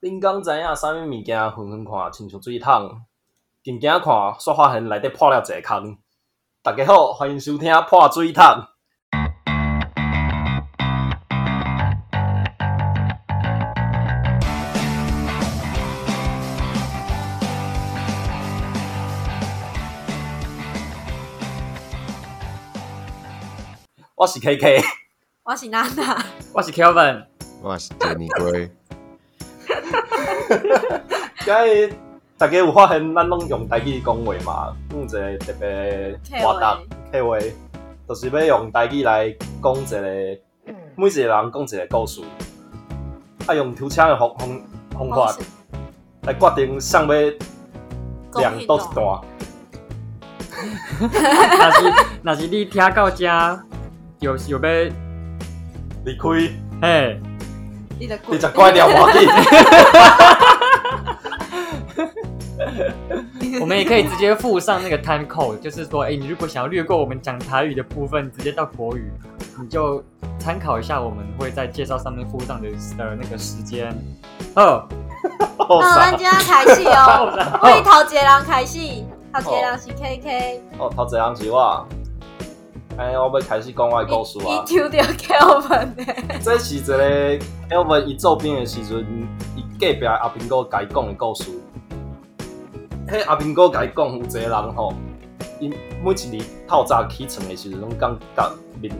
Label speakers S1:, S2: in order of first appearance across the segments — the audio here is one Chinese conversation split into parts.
S1: 恁讲知影啥物物件远远看，亲像水桶；近近看，煞发现内底破了一个空。大家好，欢迎收听《破水桶》。我是 KK，
S2: 我是娜娜，
S3: 我是 Kelvin，
S4: 我是杰尼龟，
S1: 今日大家有发现咱拢用台语讲话嘛？有一嗯个特别的活动。迄话，就是要用台语来讲一个，每一个人讲一个故事，啊，用抽签的方方方法来决定谁要
S2: 公
S1: 念
S2: 平
S1: 倒一
S2: 哦，
S1: 段。
S3: 若是若是你听到遮有有要
S1: 离开，
S3: 嘿，
S2: 你的
S1: 你就关掉无要紧。
S3: 我们也可以直接附上那个 time code，就是说，哎、你如果想要略过我们讲台语的部分，直接到国语，你就参考一下，我们会在介绍上面附上的的那个时间。哦，
S1: 哦
S2: 嗯，咱
S1: 啥
S2: 今？天开始 哦，我是头一个人开始，头一个人是 KK，
S1: 哦，头一个人是我。哎，我要开始讲我的故事啊
S2: 你！抽到 Kelvin 的，
S1: 这是一个 Elvin 伊做兵的时阵，伊隔壁的阿平哥甲伊讲的故事。迄阿平哥甲伊讲有一个人吼，伊每一日透早起床的时阵，拢感觉面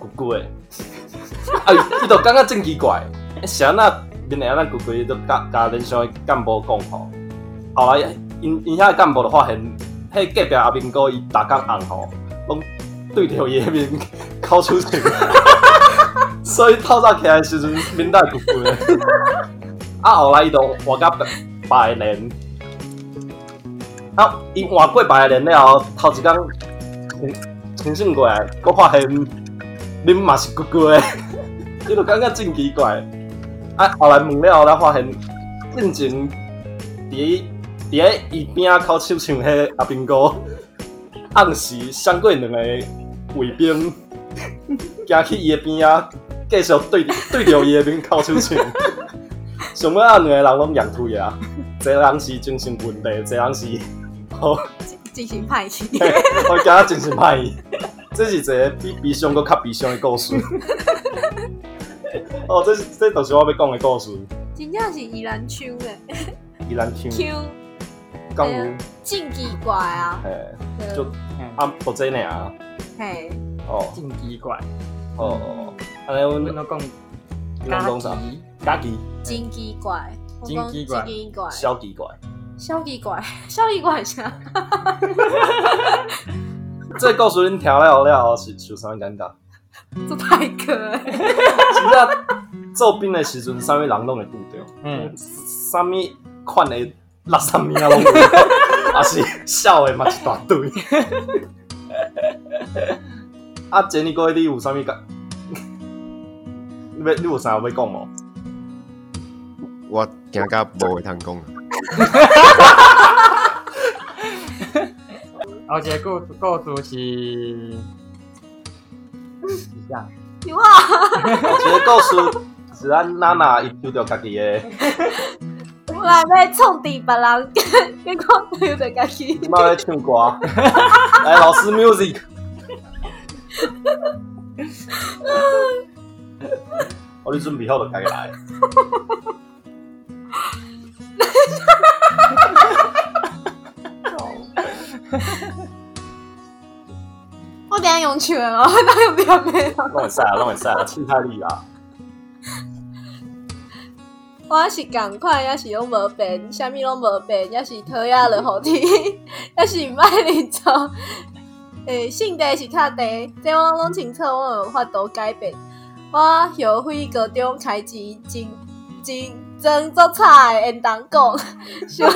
S1: 鼓鼓的，啊，伊伊就感觉真奇怪，是安那面会安那鼓鼓，伊就甲甲连上的干部讲吼。后来因因遐的干部就发现，迄隔壁阿平哥伊逐工暗吼，拢对着伊迄面 哭出声。所以透早起来的时阵，面带鼓鼓的。啊，后来伊就换到白白人，啊，伊换过白人了后，头一工清醒过来，我发现恁嘛是鼓鼓的， 伊就感觉真奇怪。啊，后来问了后，才发现进前伫伫咧伊边仔口手唱迄阿兵哥，暗时闪过两个卫兵。行去伊的边啊，继续对 对着伊的面哭出 声。想要啊，两个人拢仰腿啊，一个人是精神问题，一个人是 好，
S2: 进行派系，
S1: 我感觉精神歹去。这是一个比悲伤搁较悲伤的故事。 哦，这是这就是我要讲的故事。
S2: 真正是宜兰腔的
S1: 嗯伊咱听
S2: 腔，
S1: 讲，
S2: 真奇怪啊，
S1: 诶，
S2: 对
S1: 就
S3: 嗯，
S1: 啊，不这尔啊，
S2: 嘿，
S1: 哦
S3: 进击怪，
S1: 哦哦，安尼
S3: 我
S1: 阮
S3: 们都讲
S1: 咱拢啥
S3: 嘎吉
S1: 家己
S2: 真奇怪，我讲
S3: 真奇怪
S2: 真奇怪，
S1: 小奇怪。
S2: 小奇怪，小奇怪啥？
S1: 这故事恁听了了后是受啥感觉？
S2: 做派克，
S1: 真正做兵的时阵，啥物人拢会拄着，
S3: 嗯，
S1: 啥物款的垃圾物啊拢有，啊是痟的嘛一大堆。 啊，杰尼哥，你有啥物感？你要你有啥要讲无？啊
S4: 我惊到无话通讲啊，
S3: 后一哦个故故事是，是这样，
S2: 有啊，
S1: 一个故事是咱娜娜伊丢着家己的，
S2: 我来要创治别人，结果抽到家己。
S1: 即摆咧唱歌。来，老师 music，我你准备好就家己来。
S2: 我等一下用全哦，我哪有点没有？
S1: 拢会使啊，拢会使啊，凊彩你啊。
S2: 我是共款，也是拢无变，啥物拢无变，也是讨厌了好听， 也是毋爱认做。诶、性地是较低，这我拢清楚，我有法度改变。我后悔高中开始真真真做菜，会当讲， 想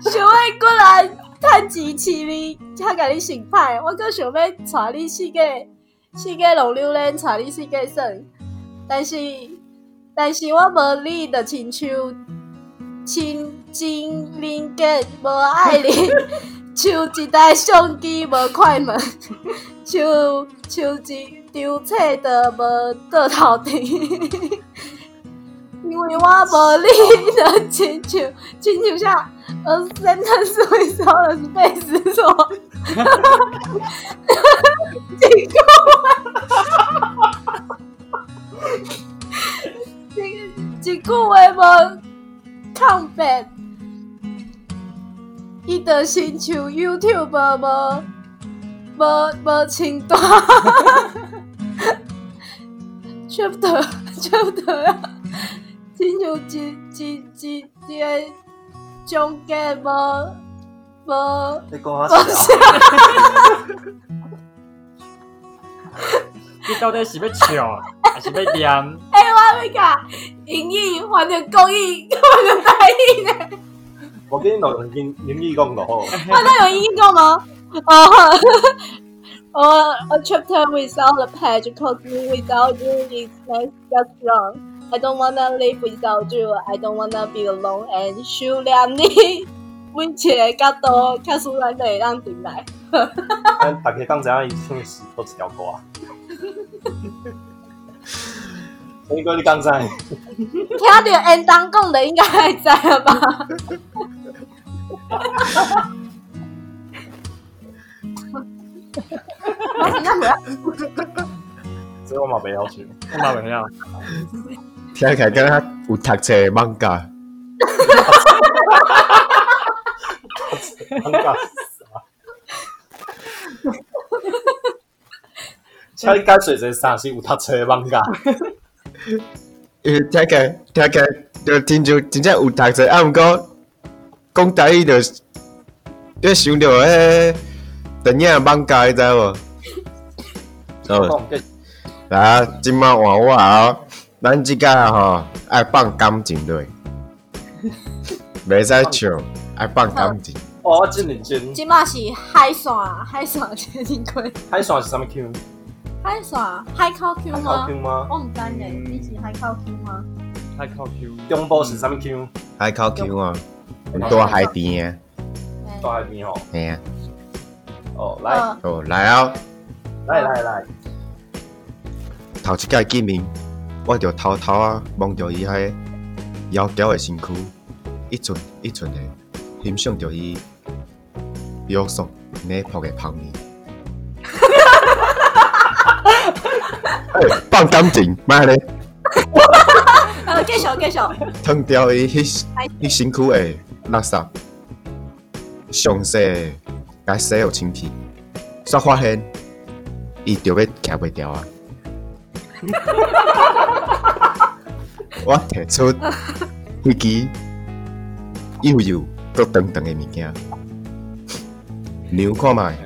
S2: 想要过来趁钱饲你，较甲你成歹，我阁想要带你世界世界浪流连，带你世界耍，但是。但是我无你的亲像亲真人格无爱你，像一台相机无快门，像像一张册都无倒头顶。 因为我无你的亲像，亲像像 a sentence without a space 是什么？警告！一句话无抗辩，伊就亲像 YouTube 无无无清单 chapter chapter 啊！亲像一一一一个中间无无
S1: 你讲啊啥？
S3: 你到底是要笑，还是要念？
S2: 我要甲英语换成国语，换成台语呢？
S1: 我跟你用英英语讲就好。
S2: 换到有英语讲吗？哦。Or a chapter without a page, cause me without you is just just wrong. I don't wanna live without you. I don't wanna be alone. And 想念你，每一个角度，较使咱就会当进来。
S1: 咱大家讲知影伊唱的是倒一条歌啊？所以讲你讲知道，
S2: 听到因当讲的，应该会知了吧？ 我真正袂
S1: 所以我嘛袂晓唱。
S3: 我嘛袂晓，
S4: 听起来敢若有读册的漫画，
S1: 尴尬死啊！请你解释一下啥是有读册的网咖？
S4: 因为听起来听起来就真像真正有读册，啊，毋过讲台语就就想到迄电影的漫画，你知无？哦，
S1: 讲
S4: 来，即摆换我啊，咱即个吼爱放感情落，袂使笑，爱放感情。
S1: 哦，我真认真。
S2: 即马是海线，啊海线接近过，
S1: 海线是啥物 Q？
S2: 海线海口 Q
S1: 海口？
S2: 吗
S1: Q 吗？
S2: 我毋知呢，你是海口 Q 吗？
S3: 太靠 Q。
S1: 中部是啥物 Q？
S4: 海口腔啊，很多海边啊，
S1: 大海边吼。
S4: 嘿啊，
S1: 哦，来
S2: 嗯，
S4: 哦，来啊，
S1: 来来来，
S4: 头一届见面，我就偷偷啊望着伊迄窈窕的身躯，一寸一寸的欣赏着伊柳爽美朴的芳面。哎放感情，妈咧，
S2: 呃，继续继续，
S4: 脱掉伊迄迄身躯的垃圾，详细甲洗互清气，煞发现伊就要行袂掉啊！我摕出迄支幼幼搁长长的物件，量看卖，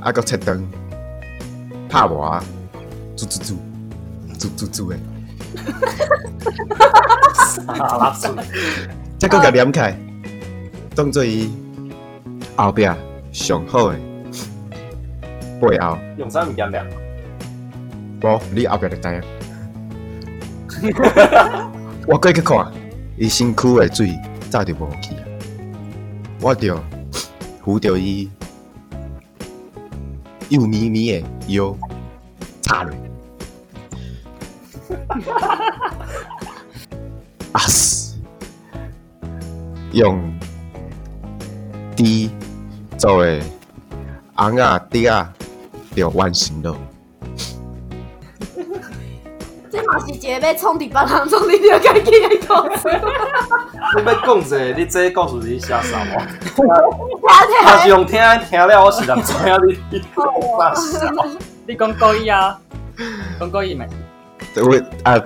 S4: 啊搁切长，拍磨啊，煮煮煮，煮煮煮的，
S1: 啊，拉屎，
S4: 再搁甲连起来，当做伊后壁上好的背后。
S1: 用啥物件量？
S4: 无，你后壁就知影。我过去看，伊身躯的水早就无去啊！我着扶着伊幼咪咪的腰插落。啊死！用猪做的红啊猪啊，着完成了。
S2: 即嘛是一个要创伫别人创伫着家己的故事，
S1: 你要讲者，你这故事是写啥无？若是
S2: 听
S1: 用听的听了，我是人知影你你讲啥事啊？
S3: 你讲国语啊？讲国语咪？
S4: 我啊，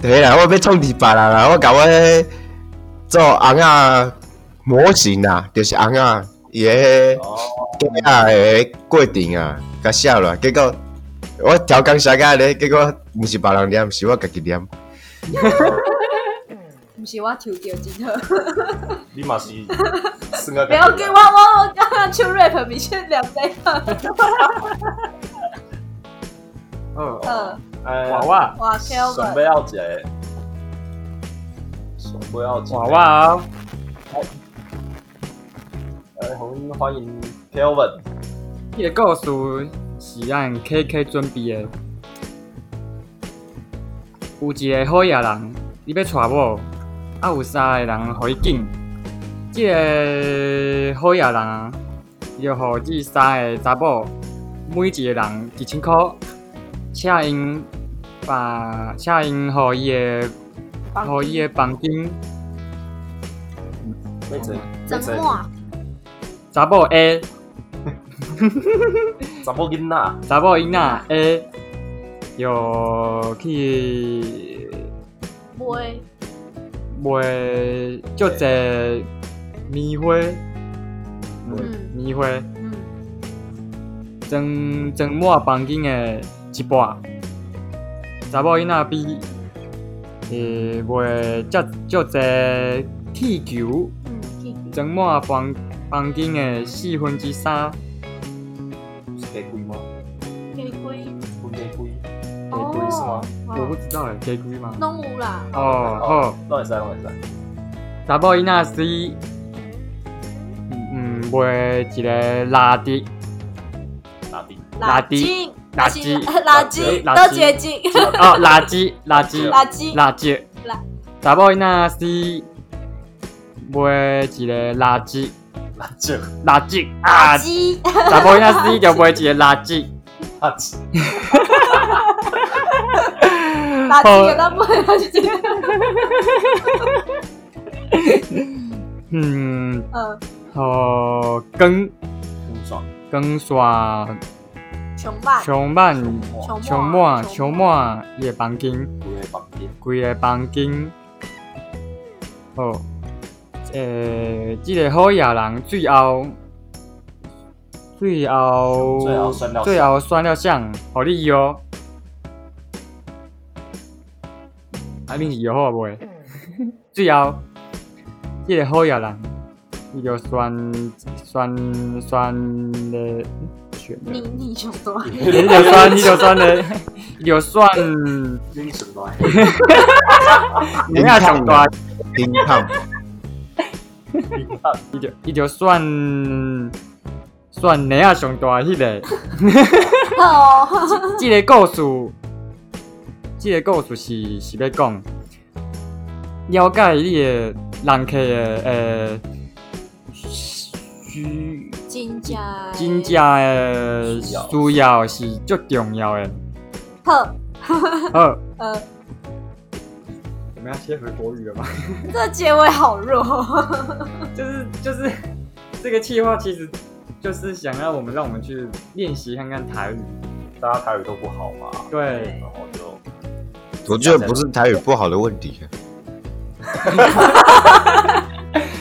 S4: 对啦，我要创二八啦啦，我甲我迄做红啊模型啊，就是红啊伊个
S1: 哦，
S4: 囝仔的过程啊，甲写落，结果我超工写甲咧，结果毋是别人念，是我家己念，
S2: 听，毋是我抽着真好，
S1: 你嘛是算个。
S2: 不要紧，我我我刚刚唱 rap 比这两倍好，
S3: 哦，
S2: 嗯，
S1: 哎
S3: 娃娃，
S2: 哇
S1: 想
S2: Kelvin
S1: 不。要一个，想不要一个
S3: 娃。娃哦，
S1: 哎，好，欢迎 Kelvin。
S3: 你的故事是按 KK 准备的。有一个好野人，你要娶某，啊有三个人互伊敬，即、个好野人啊，伊就互即三个查某，每一个人一千箍，请因把请因互伊个
S2: 房
S3: 互伊个房间
S1: 没钱，没
S2: 怎
S1: 钱，
S2: 么？
S3: 查某 A，
S1: 查某囡仔，
S3: 查某囡仔 A，有去
S2: 袂
S3: 卖足侪棉花，
S2: 嗯
S3: 嗯，棉花
S2: 嗯，
S3: 装装满房间的一半。查某囡仔比呃诶卖足足侪气球，
S2: 嗯，去
S3: 装满房房间的四分之三。
S1: 给贵吗？
S2: 去贵，
S1: 不给贵，给
S2: 哦
S1: 贵是吗？
S3: 我不
S2: 哦
S3: 知道诶，加几吗？
S2: 拢有啦，
S3: 哦好，
S1: 拢会使，拢会使。
S3: 查某囡仔是嗯嗯卖一个垃圾。
S1: 哪滴？
S2: 垃
S3: 垃
S2: 圾
S3: 圾，
S2: 垃
S3: 垃
S2: 圾垃圾，多
S3: 圾，垃圾
S2: 接近，
S3: 哦，垃圾，垃圾，
S2: 垃圾，
S3: 垃圾
S2: 垃。
S3: 查某囡仔是买一个垃圾，
S1: 垃圾，
S3: 垃圾啊
S2: 垃！圾，
S3: 查某囡仔 是就买一个垃圾，
S1: 垃圾，
S2: 垃圾给他买垃 圾，
S3: 嗯，
S2: 嗯，
S3: 哦，光
S1: 很爽。
S3: 光刷
S2: 啊熊爸，
S3: 熊满
S1: 哇，
S3: 熊满熊满伊个房间，
S1: 规个房间，
S3: 规个房间。哦，诶，即个好野人最后。最后，
S1: 最后选了
S3: 最后选了项，互你摇。啊，恁是摇好袂？最后，即、个好野人，伊就选选选咧，选
S2: 你
S3: 咧，
S2: 你熊多，
S3: 伊就选，伊就选咧，伊就选，
S1: 恁想来？
S3: 你要上大，
S4: 丁胖，
S3: 伊就伊就选选你要上大迄、个。
S2: 哦，
S3: 即个故事，即、个故事是是要讲了解你的人客的呃需
S2: 真正的
S3: 真正的
S1: 需要
S3: 需要是足重要的。
S2: 好，
S3: 好，
S2: 呃，
S3: 我们要切回国语了吗？
S2: 这结尾好弱，
S3: 就是就是这个计划其实就是想要我们让我们去练习看看台语。
S1: 大家台语都不好嘛，
S3: 对，
S1: 然后就
S4: 我觉得不是台语不好的问题，啊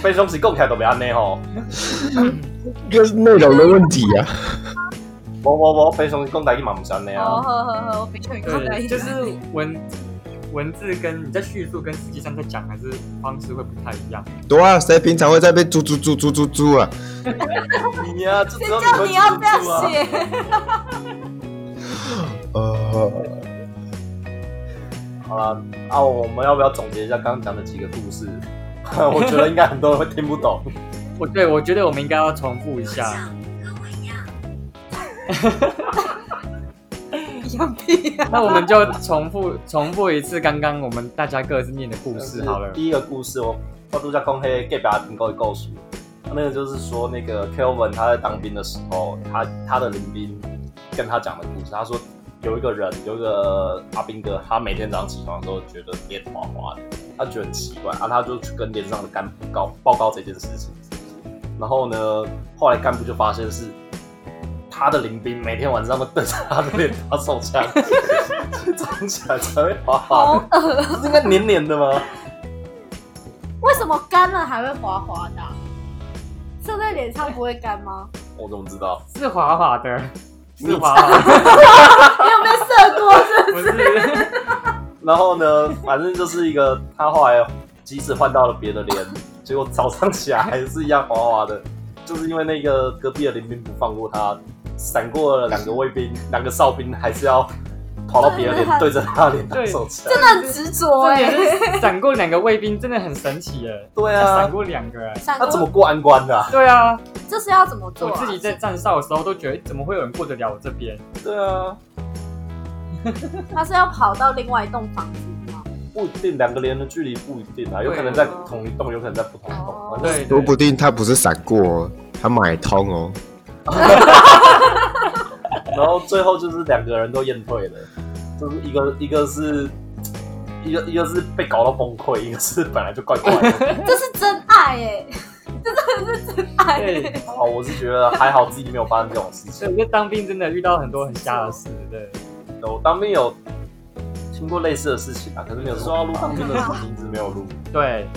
S1: 非常是讲起来都袂安尼吼。
S4: 就是内容的问题啊。
S1: 无无无，非常是讲台语嘛，毋是安尼
S2: 好
S1: 啊。
S2: 好好好，我比较高
S3: 对，
S2: 一
S3: 就
S2: 点，
S3: 是文文字跟你在叙述跟实际上在讲还是方式会不太一样。
S4: 对啊，谁平常会在被猪猪猪猪猪猪啊？
S1: 你啊，就
S2: 谁
S1: 只有
S2: 叫
S1: 会
S2: 你要
S1: 记
S2: 不
S1: 住
S2: 要
S1: 啊。
S2: 写？
S4: 呃，
S1: 好了，啊，我们要不要总结一下刚刚讲的几个故事？我觉得应该很多人会听不懂。
S3: 我对我觉得我们应该要重复一 下。
S2: 一样屁啊！
S3: 那我们就重复重复一次刚刚我们大家各自念的故事好了。
S1: 第一个故事，我我度假公黑 gay 把能够告诉，那个就是说那个 Kelvin 他在当兵的时候，他他的林兵跟他讲的故事，他说有一个人，有一个阿兵哥，他每天早上起床的时候觉得脸滑滑的，他觉得很奇怪，啊，他就去跟连上的干部告报告这件事情。然后呢，后来干部就发现是他的林兵每天晚上都对着他的脸打手枪， 长起来才会滑滑
S2: 好
S1: 的，这是应该黏黏的吗？
S2: 为什么干了还会滑滑的啊？射在脸上不会干吗？
S1: 我怎么知道？
S3: 是滑滑的，
S1: 你
S3: 是滑滑的，
S2: 你有没有射过？
S3: 不 是。
S1: 然后呢， 反正就是一个他后来即使换到了别的连，结果早上起来还是一样滑滑的，就是因为那个隔壁的林兵不放过他，闪过了两个卫兵，两个哨兵还是要跑到别的连对着他的脸打手枪。
S2: 真的很执着
S3: 重
S2: 哎、
S3: 点是闪过两个卫兵，真的很神奇耶！
S1: 对
S3: 他
S1: 啊
S3: 闪，过两个哎。
S2: 闪
S1: 他
S2: 光
S1: 怎么过安关的啊、
S3: 对啊，
S2: 这是要怎么做、
S3: 我
S2: 啊？
S3: 自己在站哨的时候都觉得，怎么会有人过得了我这边？
S1: 对啊，
S2: 他是要跑到另外一栋房子吗？
S1: 不一定，两个连的距离不一定啊，有可能在同一栋，有可能在不同栋。
S2: 哦
S1: 反正
S3: 对，
S4: 说不定他不是闪过哦，他买通哦。
S1: 然后最后就是两个人都验退了，就是一个一个是。一个一个是被搞到崩溃，一个是本来就怪怪 的。
S2: 这是真爱哎， 这真的是真爱
S3: 对
S2: 欸。
S1: 哦，我是觉得还好自己没有发生这种事情
S3: 对，。我觉得当兵真的遇到很多很瞎的事，对。
S1: 我当兵有听过类似的事情啊，可是没有说要录当兵的事情，一直没有录，
S3: 对，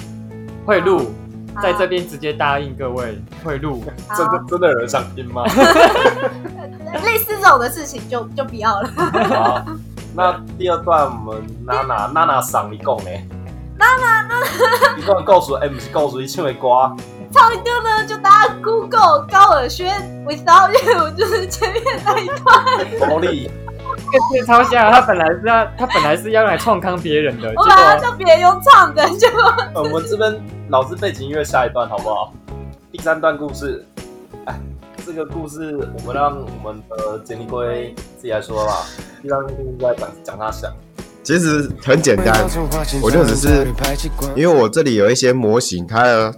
S3: 会录，
S2: 好
S3: 在这边直接答应各位会录。
S2: 好
S1: 真的真的有人想听吗？
S2: 类似这种的事情就就不要了。
S1: 好，那第二段我们娜娜娜娜上一共呢？娜娜娜，一共告诉哎，不是告诉一唱的歌，
S2: 唱歌呢，就大家 Google 高尔宣 Without You，就是前面那一段。
S1: 魔力
S3: 这个超瞎的，他本来是要他本来是要来创康别人的，结
S2: 我本来要
S3: 果
S2: 叫别人用唱的，就
S1: 呃我们这边老师背景音乐下一段好不好？第三段故事，哎，这个故事我们让我们的杰尼龟自己来说吧。第三段故事在讲讲他想，
S4: 其实很简单，我就只是因为我这里有一些模型，它的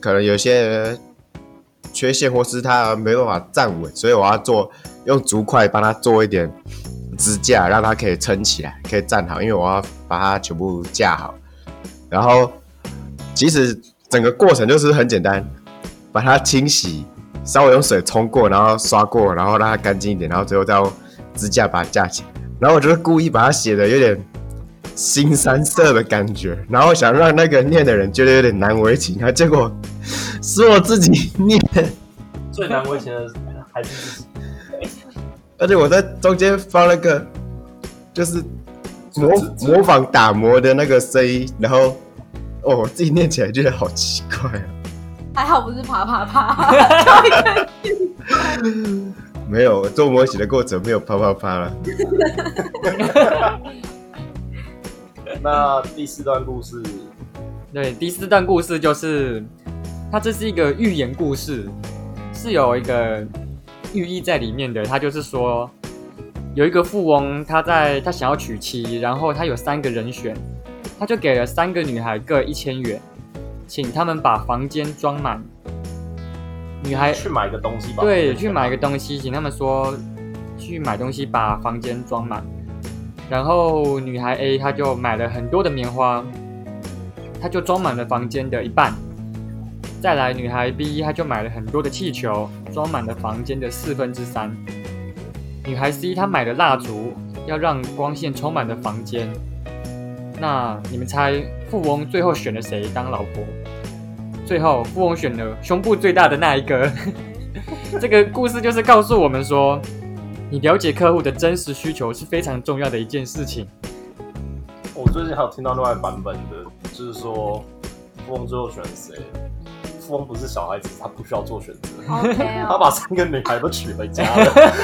S4: 可能有些缺陷，或是它没办法站稳，所以我要做用竹块帮它做一点支架，让它可以撑起来，可以站好。因为我要把它全部架好。然后其实整个过程就是很简单，把它清洗，稍微用水冲过，然后刷过，然后让它干净一点，然后最后再用支架把它架起来。然后我就是故意把它写的有点新三色的感觉，然后想让那个念的人觉得有点难为情，啊，结果是我自己念，
S1: 最难为情的还是自己。
S4: 而且我在中间放了个就是模
S1: 这这
S4: 模仿打磨的那个声音，然后哦，我自己念起来觉得好奇怪啊，
S2: 还好不是啪啪 啪。
S4: 没有我做模型的过程没有啪啪啪了，
S1: 那第四段故事，
S3: 对第四段故事就是，它这是一个寓言故事，是有一个寓意在里面的。它就是说，有一个富翁，他在他想要娶妻，然后他有三个人选，他就给了三个女孩各一千元，请他们把房间装满。女孩
S1: 去买个东西吧。
S3: 哎对，去买个东西，请他们说去买东西，把房间装满。然后女孩 A 她就买了很多的棉花，她就装满了房间的一半。再来，女孩 B 她就买了很多的气球，装满了房间的四分之三。女孩 C 她买了蜡烛，要让光线充满了房间。那你们猜富翁最后选了谁当老婆？最后富翁选了胸部最大的那一个。这个故事就是告诉我们说，你了解客户的真实需求是非常重要的一件事情。
S1: 我最近还有听到另外版本的，就是说富翁最后选谁？富翁不是小孩子，他不需要做选择，
S2: OK
S1: 他
S2: 哦。
S1: 把三个女孩都娶回家了。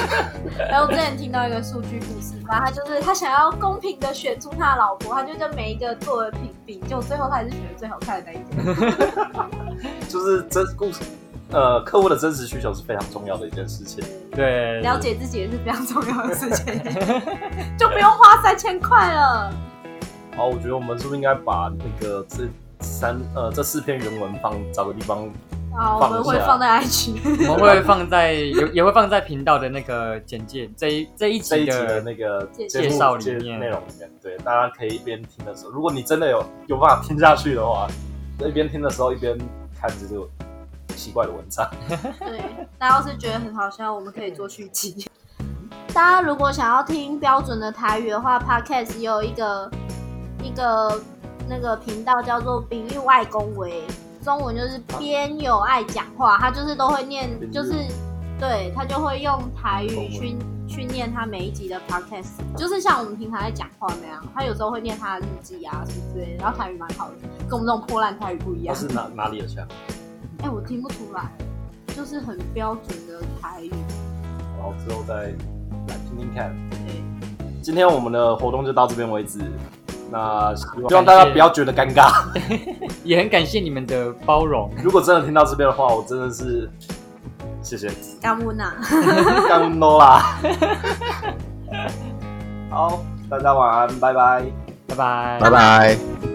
S2: 然后我之前听到一个数据故事，反正他就是他想要公平的选出他的老婆，他就跟每一个做了评比，结果最后他还是选了最好看的那一个。
S1: 就是真故事，呃，客户的真实需求是非常重要的一件事情。
S3: 对，
S2: 了解自己也是非常重要的事情， 就不用花三千块了。
S1: 好，我觉得我们是不是应该把那个这三呃这四篇原文放找个地方？
S2: 好，我们会放在 IG。
S3: 我们会放在 也也会放在频道的那个简介这一这一
S1: 这一
S3: 集
S1: 集的
S3: 的
S1: 那个
S2: 介
S1: 节目
S3: 介绍里
S1: 介
S3: 面
S1: 内容里面，对，大家可以一边听的时候，如果你真的有有办法听下去的话，一边听的时候一边看这个奇怪的文章。
S2: 对，大家要是觉得很好笑，我们可以做续集。大家如果想要听标准的台语的话，Podcast 也有一个一个那个频道叫做“比喻外公维”，中文就是“边有爱讲话”，他就是都会念，就是对他就会用台语去去念他每一集的 Podcast，就是像我们平常在讲话那样，他有时候会念他的日记啊什么之类的，然后台语蛮好的，跟我们这种破烂台语不一
S1: 他
S2: 样。
S1: 是哪哪里的腔？
S2: 哎、我听不出来，就是很标准的台语。
S1: 然后之后再来听听看。
S2: 对，
S1: 今天我们的活动就到这边为止，那希望希望大家不要觉得尴尬。
S3: 也很感谢你们的包容。
S1: 如果真的听到这边的话，我真的是谢 谢，
S2: 干温呐，
S1: 干 no 啦。好，大家晚安，拜拜。
S3: 拜拜
S4: 拜。拜。